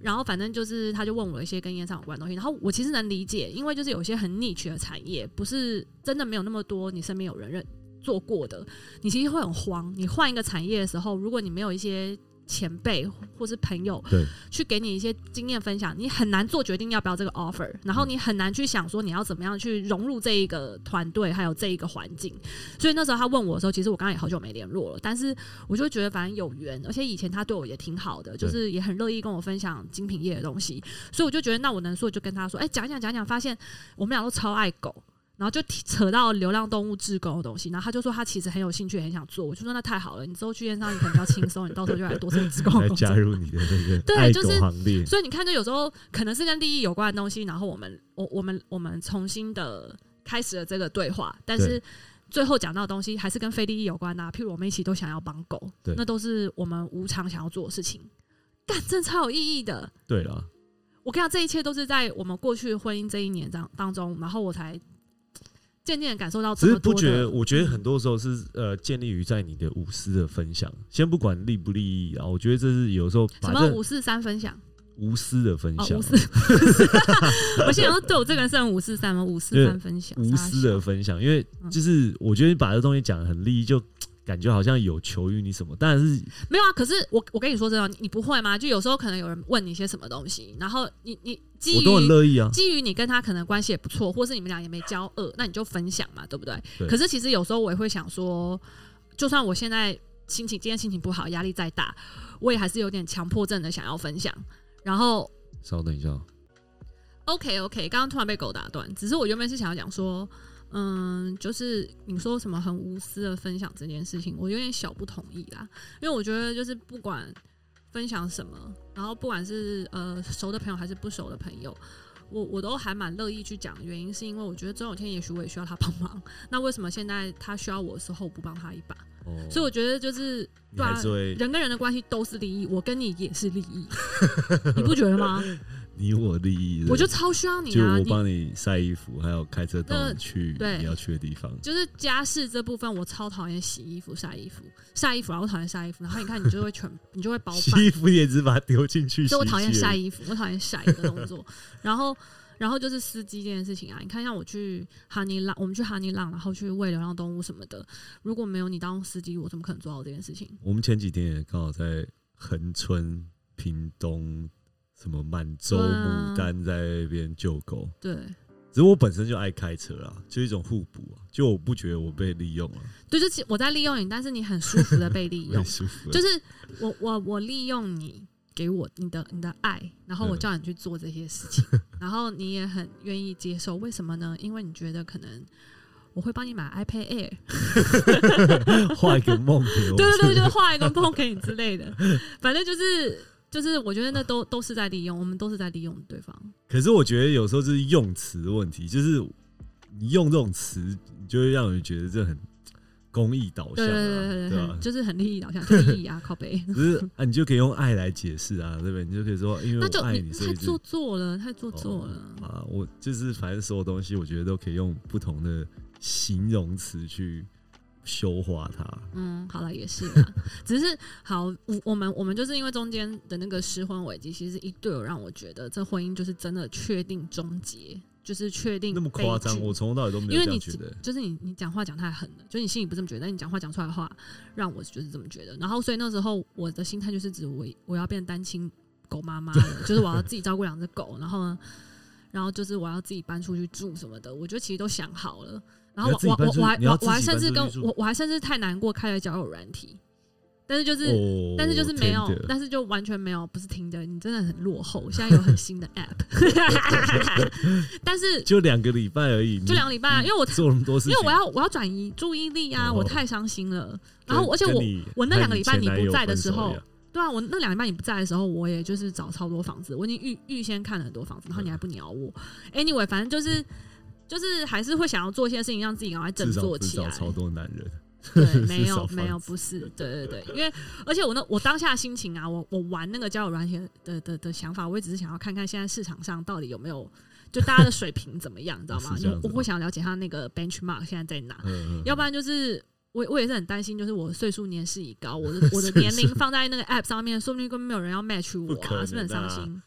B: 然后反正就是他就问我一些跟烟上有关的东西，然后我其实能理解，因为就是有一些很 niche 的产业，不是真的没有那么多你身边有人认做过的，你其实会很慌。你换一个产业的时候，如果你没有一些前辈或是朋友
A: 对
B: 去给你一些经验分享，你很难做决定要不要这个 offer，然后你很难去想说你要怎么样去融入这一个团队还有这一个环境。所以那时候他问我的时候，其实我刚刚也好久没联络了，但是我就觉得反正有缘，而且以前他对我也挺好的，就是也很乐意跟我分享精品业的东西，所以我就觉得那我能说就跟他说，哎、讲一讲讲一讲，发现我们俩都超爱狗。然后就提扯到流浪动物志工的东西，然后他就说他其实很有兴趣，也很想做。我就说那太好了，你之后去燕商你可能比较轻松，你到时候就来多做志工的
A: 来
B: 工作
A: 加。入你的那
B: 对
A: 个爱
B: 就
A: 狗
B: 是
A: 行列。
B: 所以你看，就有时候可能是跟利益有关的东西，然后我们我我们我们重新的开始了这个对话，但是最后讲到的东西还是跟非利益有关的、啊，譬如我们一起都想要帮狗，
A: 对
B: 那都是我们无偿想要做的事情，干真的超有意义的。
A: 对啦，
B: 我跟你讲，这一切都是在我们过去婚姻这一年当当中，然后我才渐渐地感受哦到
A: 只
B: 这么
A: 是
B: 多
A: 不
B: 的。
A: 觉得，我觉得很多时候是呃，建立于在你的无私的分享，先不管利不利益啊，我觉得这是有时候
B: 什
A: 把
B: 么
A: 这
B: 五四三分享
A: 无私的分
B: 哦，
A: 享
B: 五，四， 我现在要对我这个人是很五四三吗？五四三分享，
A: 无私
B: 傻
A: 的
B: 笑
A: 分享，因为
B: 嗯
A: 就是我觉得你把这东西讲得很利益，就感觉好像有求于你什么，但是
B: 没有啊，可是我我跟你说真的，你你不会吗？就有时候可能有人问你一些什么东西，然后你你基
A: 我都很
B: 于
A: 乐意啊。
B: 基于你跟他可能关系也不错，或是你们俩也没交恶，那你就分享嘛，对不对？
A: 对
B: 可是其实有时候我也会想说，就算我现在心情今天心情不好，压力再大，我也还是有点强迫症的想要分享。然后
A: 稍等一下哦，
B: OK OK，刚刚突然被狗打断，只是我原本是想要讲说。嗯，就是你说什么很无私的分享这件事情，我有点小不同意啦，因为我觉得就是不管分享什么，然后不管是呃熟的朋友还是不熟的朋友，我我都还蛮乐意去讲的原因，是因为我觉得总有一天也许我也需要他帮忙。那为什么现在他需要我的时候我不帮他一把？
A: 哦，
B: 所以我觉得就是
A: 你还是会
B: 人跟人的关系都是利益，我跟你也是利 益，你不觉得吗？
A: 你我利益，
B: 我就超需要你
A: 就
B: 啊！
A: 我
B: 你
A: 帮你晒衣服，还有开车带
B: 那
A: 你去
B: 对
A: 你要去的地方。
B: 就是家事这部分，我超讨厌洗衣服、晒衣服、晒衣服，啊然后我讨厌晒衣服，然后你看你就 会全，你就会包
A: 洗
B: 办，
A: 衣服也只把它丢进去洗衣机
B: 所
A: 而已，
B: 以我讨厌晒衣服，我讨厌晒的动作。 然后，然后就是司机这件事情啊，你看像我去哈尼浪，我们去哈尼浪，然后去喂流浪动物什么的，如果没有你当司机，我怎么可能做到这件事情？
A: 我们前几天也刚好在恒春、屏东、什么满洲、
B: 对啊
A: 牡丹在那边救狗。
B: 对，
A: 只是我本身就爱开车啦，就一种互补啊，就我不觉得我被利用啊了，
B: 对，就是我在利用你，但是你很舒服的被利
A: 很
B: 用，
A: 舒服。
B: 就是是我我我利用你给我你的你的爱，然后我
A: 嗯
B: 叫你去做这些 事情，然后你也很愿意接受，为什么呢？因为你觉得可能我会帮你买 iPad Air，
A: 哦画一个梦给我。
B: 对对对，就是画一个梦给你之类 的，反正就是就是我觉得那都都是在利用，我们都是在利用 对方。
A: 可是我觉得有时候就是用词的问题，就是你用这种词，你就会让人觉得这很公益导向
B: 对对对
A: 啊，
B: 对对，
A: 吧、
B: 很就是很利益导向，就利益啊，靠 背。
A: 只是啊，你就可以用爱来解释啊，对不对？你就可以说，因为
B: 那
A: 我
B: 就
A: 爱
B: 你
A: 你，所
B: 太
A: 以就
B: 做作了，太做作了。
A: 啊，我就是反正所有东西，我觉得都可以用不同的形容词去修化它。
B: 嗯，好了，也是啦， 只是好，我我们我们就是因为中间的那个失婚危机，其实一对有让我觉得这婚姻就是真的确定终结，就是确定
A: 那么夸张，
B: 悲剧
A: 我从头到尾都没有
B: 因为
A: 这样
B: 你
A: 觉得。欸
B: 就是你你讲话讲太狠了，就是你心里不这么觉得，但你讲话讲出来的话，让我就是这么觉得。然后所以那时候我的心态就是指我我要变单亲狗妈妈了，就是我要自己照顾两只狗，然后呢，然后就是我要自己搬出去住什么的，我觉得其实都想好了。然后
A: 你要自己
B: 我我
A: 搬出
B: 我我还
A: 你要
B: 我
A: 自己
B: 我还甚
A: 搬
B: 至
A: 出
B: 跟
A: 去住
B: 我我还甚至太难过开了交友软体，但是就是。
A: 哦，
B: 但是就是没有，
A: Tinder
B: 但是就完全没有，不是听的，你真的很落后。现在有很新的 app，但 是
A: 就两个礼拜而已，
B: 就两个礼拜啊，
A: 你
B: 因为我
A: 做那么多事
B: 因
A: 情，
B: 为我要我要转移注意力啊，
A: 哦
B: 我太伤心了。
A: 跟
B: 然后而且我
A: 跟你
B: 我那两个礼拜
A: 和前男友
B: 你不在的时候
A: 分手一样
B: 对啊，我那两个礼拜你不在的时候，我也就是找超多房子，我已经预预先看了很多房子，然后你还不鸟我。Anyway，反正就是就是还是会想要做一些事情，让自己赶快振
A: 至少
B: 作
A: 至
B: 起来
A: 少。超多男人，
B: 对，没
A: 至少
B: 有
A: 房子
B: 没有，不是，对对对，因为而且我那我当下的心情啊，我我玩那个交友软件的的的的想法，我也只是想要看看现在市场上到底有没有就大家的水平怎么样，你知 道吗？
A: 哦是这
B: 因
A: 样
B: 为
A: 子
B: 我
A: 吗
B: 会想了解他那个 benchmark 现在在哪。
A: 嗯，嗯
B: 要不然就是我我也是很担心，就是我岁数年事已高， 我的我的年龄放在那个 app 上面，说不定根本没有人要 match 我
A: 不可能
B: 啊，
A: 啊
B: 是不是很伤心？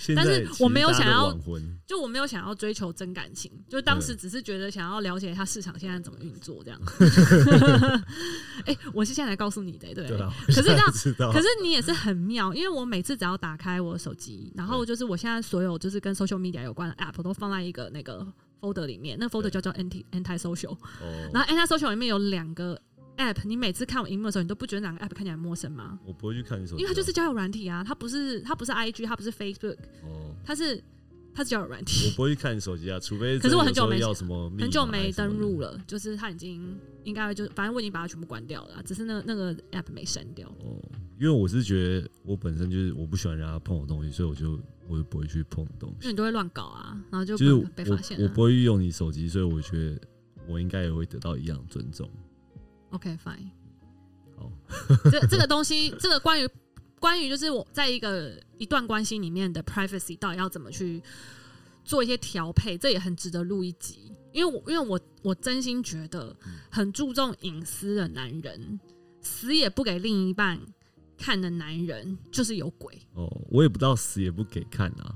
A: 现
B: 但
A: 在
B: 是
A: 其
B: 我
A: 实
B: 没有
A: 大家
B: 想
A: 都
B: 要
A: 晚婚，
B: 就我没有想要追求真感情，就当时只是觉得想要了解一下市场现在怎么运作 这样。哎、我是现在来告诉你的、欸对不
A: 对啊 吧？
B: 对？可是这样
A: 我知道，
B: 可是你也是很妙，因为我每次只要打开我的手机，然后就是我现在所有就是跟 social media 有关的 app 我都放在一个那个 folder 里面，那 folder
A: 对
B: 叫做 anti anti social。
A: 哦
B: 然后 Anti Social 里面有两个 App，你每次看我荧幕的时候，你都不觉得哪个 App 看起来陌生吗？
A: 我不会去看你手机啊，
B: 因为它就是交友软体啊，它不是它不是 IG，它不是 Facebook，
A: 哦，
B: 它是它是交友软
A: 我
B: 体。
A: 不会去看你手机啊，除非
B: 可是我很久
A: 真的
B: 没
A: 有时候要什么密码
B: 很久没登录
A: 了。
B: 了，就是它已经应该就反正我已经把它全部关掉了啊，只是那个那个 App 没删掉。
A: 哦，因为我是觉得我本身就是我不喜欢人家碰我东西，所以我就我就不会去碰东
B: 因为
A: 西。
B: 你都会乱搞啊，然后就
A: 就是
B: 被被发现
A: 我我
B: 了
A: 不。会用你手机，所以我觉得我应该也会得到一样尊重。
B: OK fine，
A: 好，
B: 这这个东西，这个关于关于就是我在一个一段关系里面的 privacy 到底要怎么去做一些调配，这也很值得录一集。因为我因为我我真心觉得很注重隐私的男人，死也不给另一半看的男人就是有鬼
A: 哦，我也不到死也不给看啊，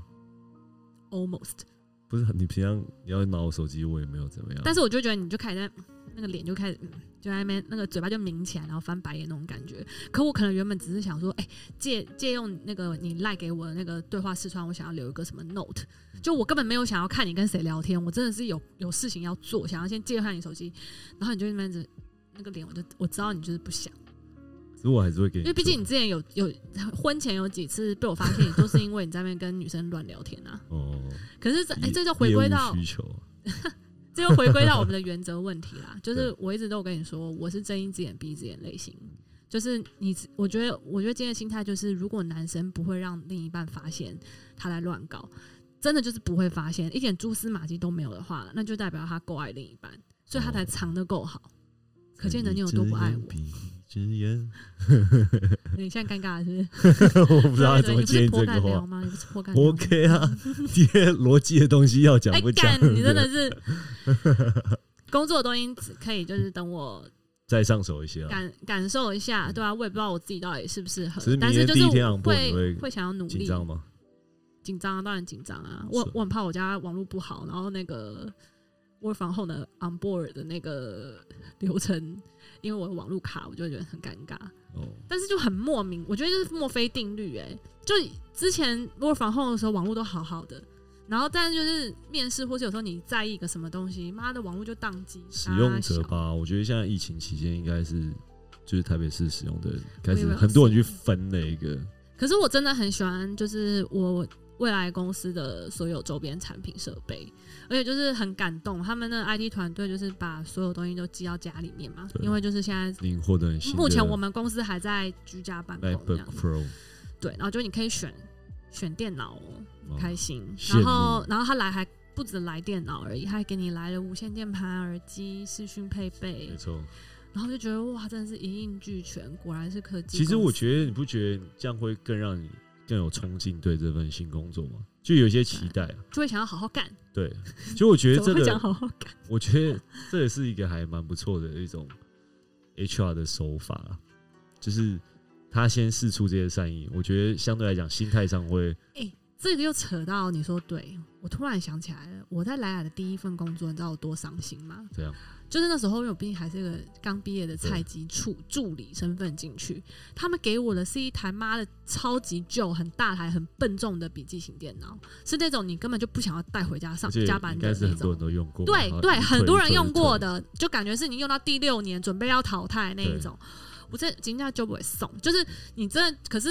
B: ，almost。
A: 不是很你平常你要拿我手机，我也没有怎么样。
B: 但是我就觉得你就开始在那个脸就开始。嗯就在那边，那个嘴巴就抿起来，然后翻白眼那种感觉。可我可能原本只是想说，哎、借借用那个你赖给我的那个对话视窗，我想要留一个什么 note。就我根本没有想要看你跟谁聊天，我真的是有有事情要做，想要先借看你手机，然后你就那边子那个脸，我就我知道你就是不想，
A: 其实我还是会给你做，
B: 因为毕竟你之前有有婚前有几次被我发现，也都是因为你在那边跟女生乱聊天啊。
A: 哦，
B: 可是这哎、
A: 业
B: 这就回归到
A: 业务需求啊，
B: 这又回归到我 们的原则问题啦，就是我一直都有跟你说，我是睁一只眼闭一只眼类型，就是你，我觉得，我觉得今天的心态就是，如果男生不会让另一半发现他在乱搞，真的就是不会发现一点蛛丝马迹都没有的话，那就代表他够爱另一半，所以他
A: 哦
B: 才藏的够好。可
A: 哎
B: 见的你有多不爱我。
A: 睁一只眼
B: 你现在尴尬了是不是？
A: 闭一只眼， 我不
B: 不
A: 知道怎么接
B: 你
A: 你
B: 不是
A: 这
B: 破干
A: 个
B: 聊
A: 话。
B: 吗？你不是破干聊吗
A: OK 啊，这些逻辑的东西要讲
B: 哎
A: 不讲
B: 干，，你真的是 工作的东西只可以就是等我
A: 再上手一些啊。
B: 感感受一下，对啊，我也不知道我自己到底适不适合
A: 嗯只是，明
B: 但是
A: 天
B: 就
A: 第
B: 是
A: 一天
B: 我
A: 上播你
B: 会
A: 会
B: 会想要努
A: 紧
B: 力，
A: 张吗？
B: 紧张啊，当然紧张啊，我
A: 是
B: 我很怕我家网络不好，然后那个 work from home 的 on board 的那个流程，因为我有网络卡，我就觉得很尴尬。
A: 哦，
B: 但是就很莫名，我觉得就是墨菲定律、哎，就之前 work from home 的时候，网络都好好的，然后但是就是面试或者有时候你在意一个什么东西，妈的网络就宕机，
A: 使用者
B: 傻小。
A: 吧，我觉得现在疫情期间应该是就是台北市使用的人开
B: 我以
A: 始
B: 为
A: 很多人去分了一个，
B: 可是我真的很喜欢，就是我未来公司的所有周边产品设备，而且就是很感动，他们的 IT 团队就是把所有东西都寄到家里面嘛，
A: 对
B: 因为就是现在
A: 您获得很新的
B: 目前我们公司还在居家办公这
A: MacBook
B: 样，
A: Pro
B: 对，然后就你可以选选电脑、哦，
A: 哦
B: 开心。
A: 羡
B: 然后
A: 慕，
B: 然后他来还不止来电脑而已，他还给你来了无线键盘、耳机、视讯配备
A: 没，错。
B: 然后就觉得哇，真的是一应俱全，果然是科技公司。
A: 其实我觉得你不觉得这样会更让你更有冲劲对这份新工作吗？就有一些期待啊。
B: 就会想要好好干，
A: 对，就我觉得
B: 怎
A: 这
B: 么会讲
A: 个，
B: 好好干？
A: 我觉得这也是一个还蛮不错的一种 HR 的手法啊，就是他先试出这些善意，我觉得相对来讲心态上会
B: 这个又扯到你说对，我突然想起来了，我在莱雅的第一份工作，你知道我多伤心吗？
A: 这样。
B: 就是那时候，因为我毕竟还是一个刚毕业的菜鸡处助理身份进去，他们给我的是一台妈的超级旧、很大台、很笨重的笔记型电脑，是那种你根本就不想要带回家上
A: 而且
B: 加班
A: 应
B: 的
A: 该是
B: 那
A: 很多
B: 种
A: 人。都用过嘛，
B: 对
A: 然后
B: 对，
A: 一退
B: 很多人用过，
A: 一退一退
B: 的，就感觉是你用到第六年准备要淘汰那一种。我这人家就不会送，就是你真的，可是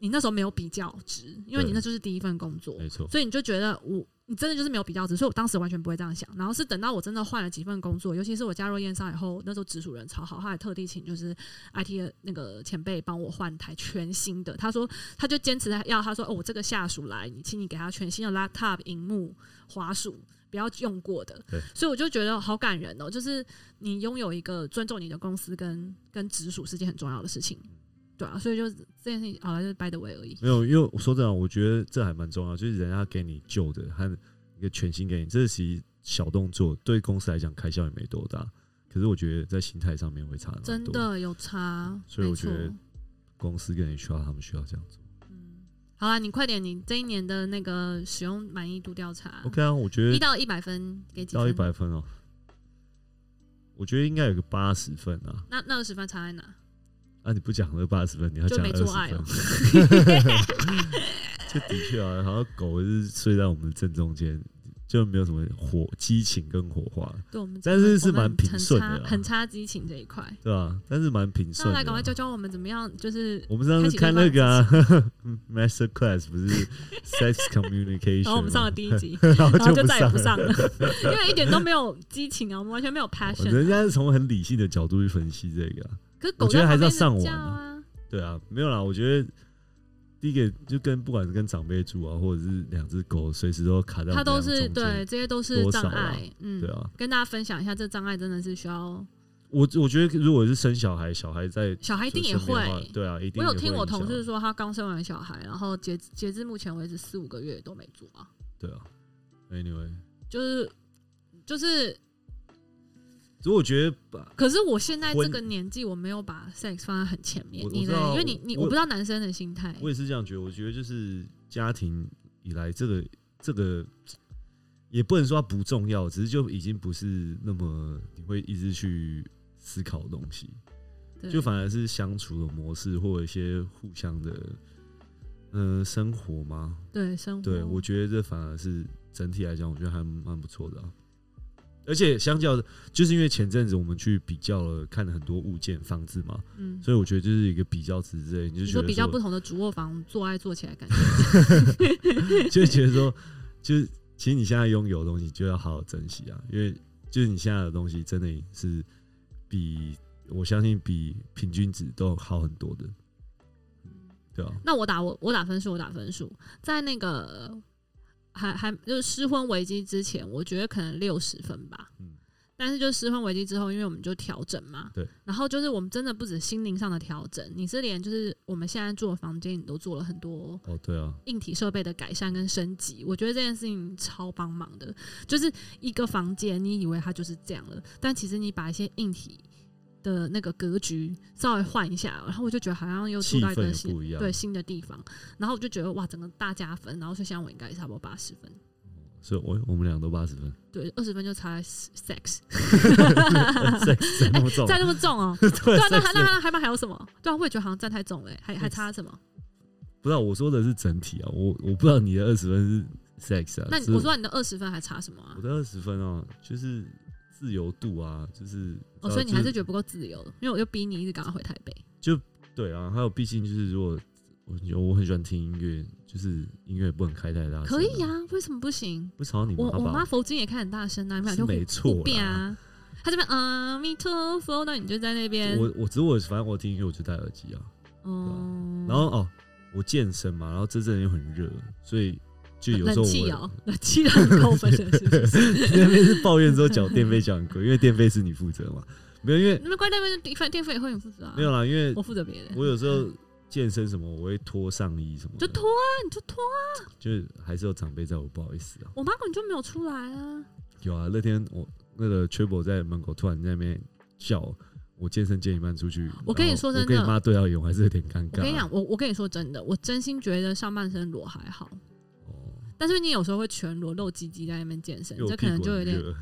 B: 你那时候没有比较值，因为你
A: 对
B: 那就是第一份工作，
A: 没错，
B: 所以你就觉得我你真的就是没有比较值，所以我当时完全不会这样想。然后是等到我真的换了几份工作，尤其是我加入燕商以后，那时候直属人超好，他还特地请就是 IT 的那个前辈帮我换台全新的。他说他就坚持要他说哦，我这个下属来，你请你给他全新的 laptop 荧幕滑鼠。不要用过的
A: 对，
B: 所以我就觉得好感人哦。就是你拥有一个尊重你的公司跟跟直属是件很重要的事情，对啊，所以就这件事情好了，就是 by the way 而已。
A: 没有，因为我说真的，我觉得这还蛮重要，就是人家给你旧的和一个全新给你，这其实小动作对公司来讲开销也没多大，可是我觉得在心态上面会差得蛮
B: 真
A: 多，
B: 的有差，
A: 所以我
B: 没错
A: 觉得公司跟你需要他们需要这样做。
B: 嗯，好啦，你快点，你这一年的那个使用满意度调查
A: OK 啊，我觉得
B: 一到一百分给几分？
A: 到一，百分哦，我觉得应该有个八十分啊，
B: 那那二十分差在哪？
A: 啊你不讲那八十分，你要
B: 就
A: 讲
B: 没
A: 二
B: 做
A: 十
B: 爱哦
A: 分。 这的确啊，好像狗是睡在我们正中间，就没有什么火激情跟火花，
B: 对我们，
A: 但是是
B: 我们
A: 蛮平顺的
B: 很
A: 啦
B: 差，很差激情这一块。
A: 对吧、但是蛮平顺
B: 那
A: 的啊、
B: 来赶快教教我们怎么样，就是
A: 我们上次看那个啊 ，Master Class 不是 Sex Communication，
B: 然后我们上了
A: 吗
B: 第一集，
A: 然后
B: 然后就再也不
A: 不
B: 上
A: 了。
B: 了，因为一点都没有激情啊，我们完全没有 passion 啊。
A: 人家是从很理性的角度去分析这个啊、
B: 可是狗
A: 我觉得
B: 在
A: 还是要
B: 旁边
A: 上网
B: 叫
A: 啊
B: 啊。
A: 对啊，没有啦，我觉得。第一个就跟不管是跟长辈住啊，或者是两只狗，随时都卡在我们
B: 它都
A: 俩
B: 是
A: 中间
B: 对，这些都是
A: 多
B: 障
A: 少啊
B: 碍。嗯，
A: 对啊。
B: 跟大家分享一下，这障碍真的是需要
A: 我我觉得如果是生小孩，小孩在
B: 小孩一定也
A: 就身边的话
B: 会，
A: 对啊，一定
B: 我有
A: 也
B: 听
A: 会
B: 我
A: 影响
B: 同事说，他刚生完小孩，然后截截至目前为止四五个月都没做啊，
A: 对啊，Anyway，
B: 就是就是，
A: 所以我觉得把
B: 可是我现在
A: 婚
B: 这个年纪，我没有把 sex 放在很前面
A: 我，
B: 你
A: 我知
B: 呢？
A: 道
B: 因为你你我
A: 我
B: 不知道男生的心态，
A: 我也是这样觉得。我觉得就是家庭以来，这个这个也不能说它不重要，只是就已经不是那么你会一直去思考的东西，
B: 对
A: 就反而是相处的模式或者一些互相的呃生活嘛。
B: 对生活，
A: 对，我觉得这反而是整体来讲，我觉得还蛮不错的、啊。而且相较的，就是因为前阵子我们去比较了，看了很多物件房子嘛，
B: 嗯，
A: 所以我觉得就是一个比较值之类，你就
B: 你
A: 觉
B: 说
A: 得
B: 比较
A: 说
B: 不同的主卧房做爱做起来感 觉，
A: 就觉得说，就是其实你现在拥有的东西就要好好珍惜啊，因为就是你现在的东西真的是比我相信比平均值都好很多的，对啊，
B: 那我打我我打分数，我打分数，在那个还还就是失婚危机之前，我觉得可能六十分吧。
A: 嗯
B: 但是就失婚危机之后，因为我们就调整嘛，
A: 对。
B: 然后就是我们真的不止心灵上的调整，你是连就是我们现在住的房间，你都做了很多
A: 哦，对啊，
B: 硬体设备的改善跟升级，我觉得这件事情超帮忙的。就是一个房间，你以为它就是这样了，但其实你把一些硬体的那个格局稍微换一下，然后我就觉得好像又住
A: 气
B: 到
A: 氛
B: 一个
A: 也
B: 新
A: 不一样
B: 对，新的地方，然后我就觉得哇，整个大加分。然后所以现在我应该也差不多八十分，
A: 所以我我们俩都八十 分，
B: 对，二十分就差 sex，
A: sex 怎么那么重？
B: 再那么重哦、
A: 对
B: 对
A: 啊
B: 啊，那还那还还还有什么？对啊，我也觉得好像站太重了欸、还还差什么？
A: 不知道我说的是整体啊，我我不知道你的二十分是 sex 啊，
B: 那
A: 是
B: 我说你的二十分还差什么啊
A: 我？的二十分哦，就是自由度啊，就是
B: 哦，所以你还是觉
A: 就
B: 得不够自由，因为我就逼你一直赶快回台北。
A: 对啊，还有毕竟就是如果我觉得我很喜欢听音乐，就是音乐不能开太大声、
B: 可以，啊，为什么不行？
A: 不吵你
B: 我
A: 妈
B: 我妈
A: 吧？
B: 佛经也开很大声啊，你们俩
A: 是
B: 就
A: 没错
B: 变
A: 啦。
B: 啊。她这边阿弥陀佛，那你就在那边，
A: 我我只我反正我听音乐我就戴耳机啊，
B: 嗯，
A: 然后哦，我健身嘛，然后这阵又很热，所以就有时候
B: 冷气
A: 我
B: 哦，冷气让你扣分了，是不是？
A: 那边是抱怨说缴电费缴很贵，因为电费是你负责嘛，没有因为
B: 你们关那边电费电费也会你负责啊？
A: 没有，啦，因为
B: 嗯我负责别的，
A: 我有时候健身什么我会脱上衣什么
B: 就
A: 的，
B: 拖啊，你就拖啊。
A: 就是还是有长辈在我不好意思啊。
B: 我妈根本就没有出来啊，
A: 有啊，那天我那个 Triple 在门口突然在那边叫我健身健一半出去，
B: 我跟你
A: 然后
B: 说真
A: 我跟你
B: 的
A: 妈对到眼，我还是有点尴尬。啊
B: 我跟你讲，，我我跟你说真的，我真心觉得上半身裸还好，
A: 哦，
B: 但是你有时候会全裸露鸡鸡在那边健身，
A: 因为
B: 这
A: 我
B: 可
A: 屁
B: 能
A: 股
B: 就有
A: 很
B: 点
A: 热，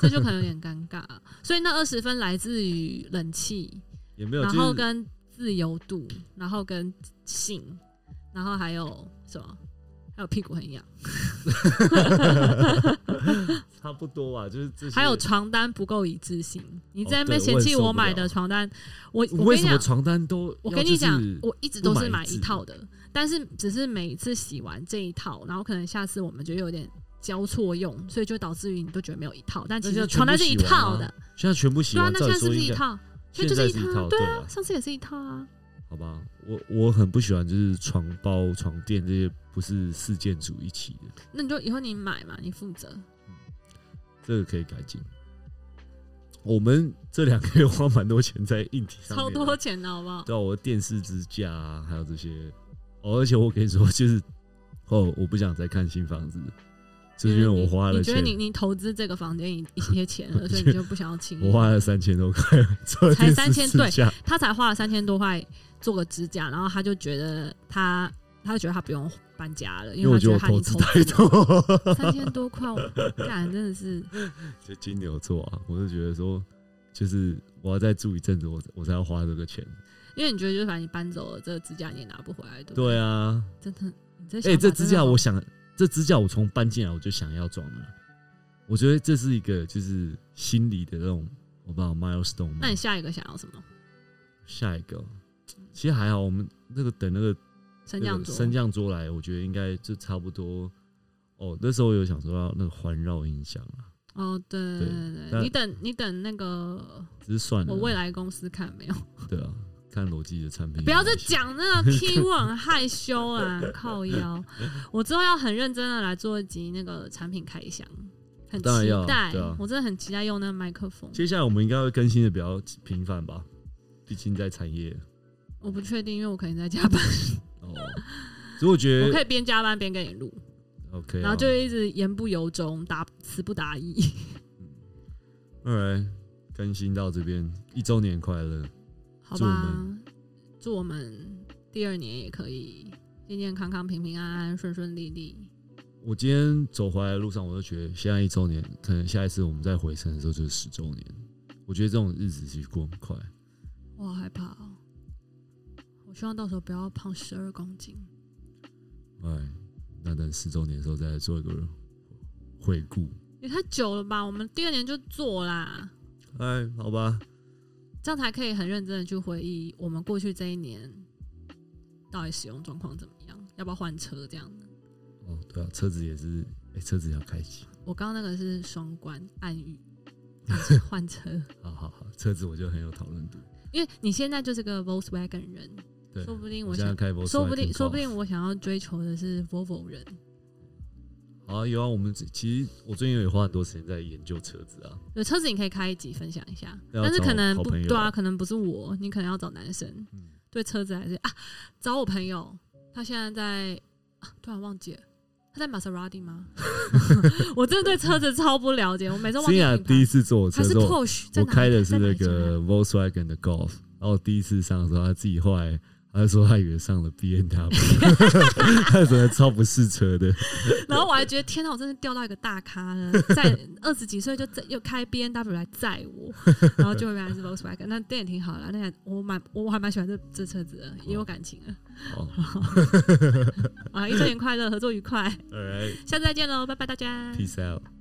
B: 这就可能有点尴尬。所以那二十分来自于冷气，
A: 也没有，
B: 然
A: 就
B: 后
A: 是
B: 跟自由度，然后跟性，然后还有什么？还有屁股很痒，
A: 差不多吧，就是这些。
B: 还有床单不够一致性。你
A: 哦
B: 在那边
A: 对
B: 嫌
A: 我
B: 弃
A: 很受
B: 我
A: 不
B: 买
A: 了
B: 的床单，我我
A: 为
B: 跟你
A: 什么
B: 讲，
A: 床单都
B: 我
A: 要
B: 跟
A: 就
B: 你
A: 是
B: 讲，我一直都
A: 不
B: 是
A: 买
B: 买
A: 一
B: 一
A: 致
B: 套的，但是只是每一次洗完这一套，然后可能下次我们就有点交错用，所以就导致于你都觉得没有一套，但其
A: 那现
B: 实
A: 在
B: 床单是一
A: 全部洗完
B: 套
A: 吗
B: 的，
A: 现在全部洗
B: 对啊
A: 完，，
B: 那
A: 照
B: 现
A: 理
B: 在是
A: 说
B: 不是
A: 应
B: 一
A: 该
B: 套？ 那
A: 现
B: 就
A: 在
B: 一
A: 是一
B: 套
A: 套，
B: 啊，对
A: 啊，
B: 上次也是一套啊。
A: 好吧，我我很不喜欢就是床包、床垫这些不是事件组一起的，
B: 那你就以后你买嘛，你负责。
A: 这个可以改进。我们这两个月花蛮多钱在硬体上面
B: 超
A: 啊，
B: 多钱的好不好？
A: 对啊，我的电视支架啊，还有这些。哦，而且我跟你说，就是哦，我不想再看新房子，就是因为我花了
B: 你觉得
A: 钱，
B: 你你投资这个房间一一些钱 了，所以你就不想要轻
A: 我
B: 易。
A: 花了三千多块做了
B: 才
A: 电
B: 三
A: 视
B: 千
A: 支
B: 对
A: 架。
B: 他才花了三千多块做个指甲，然后他就觉得他他就觉得他不用搬家了，因
A: 因为我
B: 为他
A: 觉得
B: 觉
A: 我
B: 得他已
A: 投资
B: 经投
A: 太
B: 资了。
A: 多，
B: 三千多块，我干真的是
A: 就金牛座啊，我就觉得说，就是我要再住一阵子，我我才要花这个钱。
B: 因为你觉得就是反正你搬走了，这个指甲你也拿不回来，对不
A: 对
B: 对啊，
A: 啊，
B: 真的，你这
A: 哎、
B: 想法
A: 这支
B: 真的
A: 架
B: 好
A: 我想，这支架我从搬进来我就想要装了，我觉得这是一个就是心理的那种，我不知道 milestone 吗
B: 那你下一个想要什么？
A: 下一个，其实还好，我们那个等那个
B: 升
A: 那
B: 降
A: 个
B: 桌，
A: 升降桌来，我觉得应该就差不多。哦，那时候有想说要那个环绕音响啊，
B: 哦，对对
A: 对嗯
B: 对对，
A: 但
B: 你等你等那个
A: 只是算了
B: 我
A: 啦。
B: 未来公司看没有。
A: 对啊，看罗技的产品。
B: 不要再，讲那个 key，我很害羞 啊，靠腰。我之后要很认真的来做一集那个产品开箱，很
A: 当然
B: 期
A: 要啊
B: 待
A: 对啊，
B: 我真的很期待用那个麦克风。
A: 接下来我们应该会更新的比较频繁吧，毕竟在产业
B: 我不确定，因为我可能在加 班，
A: 哦。所以我觉
B: 我可
A: 得
B: 以边加班边跟你录，
A: OK，啊
B: 然后就一直言不由衷，答词不达意。
A: 二来更新到这边一周年快乐，
B: 好
A: 祝我
B: 吧
A: 们，
B: 祝我们第二年也可以健健康康、平平安安、顺顺利利。
A: 我今天走回来的路上，我就觉得现在一周年，可能下一次我们再回程的时候就是十周年。我觉得这种日子其实过很快，
B: 我好害怕哦，我希望到时候不要胖十二公斤。
A: 哎，那等十周年的时候再来做一个回顾。
B: 也太久了吧？我们第二年就做啦，
A: 哎，好吧，
B: 这样才可以很认真的去回忆我们过去这一年到底使用状况怎么样，要不要换车这样的。
A: 哦，对啊，车子也是，哎，车子要开机，
B: 我刚刚那个是双关暗语，换车，
A: 好好好，车子我就很有讨论度。
B: 因为你现在就是个 Volkswagen 人，
A: 对，
B: 说不定
A: 我
B: 我
A: 现在
B: 想，
A: 开 Volkswagen
B: 说不定
A: Golf
B: 说不定我想要追求的是 Volvo 人，
A: 啊，有啊，我们其实我最近也花很多时间在研究车子啊，
B: 有车子你可以开一集分享一下，
A: 要
B: 但是
A: 找
B: 可能
A: 好
B: 不
A: 朋友
B: 对啊，可能不是我，你可能要找男生，
A: 嗯
B: 对车子还是啊，找我朋友，他现在在啊，突然忘记了。他在玛莎拉蒂吗？ 我真的对车子超不了解，我每次忘
A: 新
B: 记
A: 雅
B: 品牌
A: 第一次坐我车
B: 还
A: 的
B: 是
A: 时候，
B: Porsche 在
A: 我
B: 哪里。
A: 开的是
B: 在哪
A: 那
B: 一家啊
A: 个 Volkswagen 的 Golf，然后第一次上的时候他自己后来他就说他以为上了 B N W，他真的超不是车的。
B: 然后我还觉得天哪，我真的钓到一个大咖了，在二十几岁就在又开 B N W 来载我，然后就原来是 Volkswagen，那那也挺好啦，那还我蛮我还蛮喜欢这这车子的，也有感情了。
A: 哦
B: 啊，一周年快乐，合作愉快，
A: ，All right，peace
B: 下次再见喽，拜拜大家。
A: out。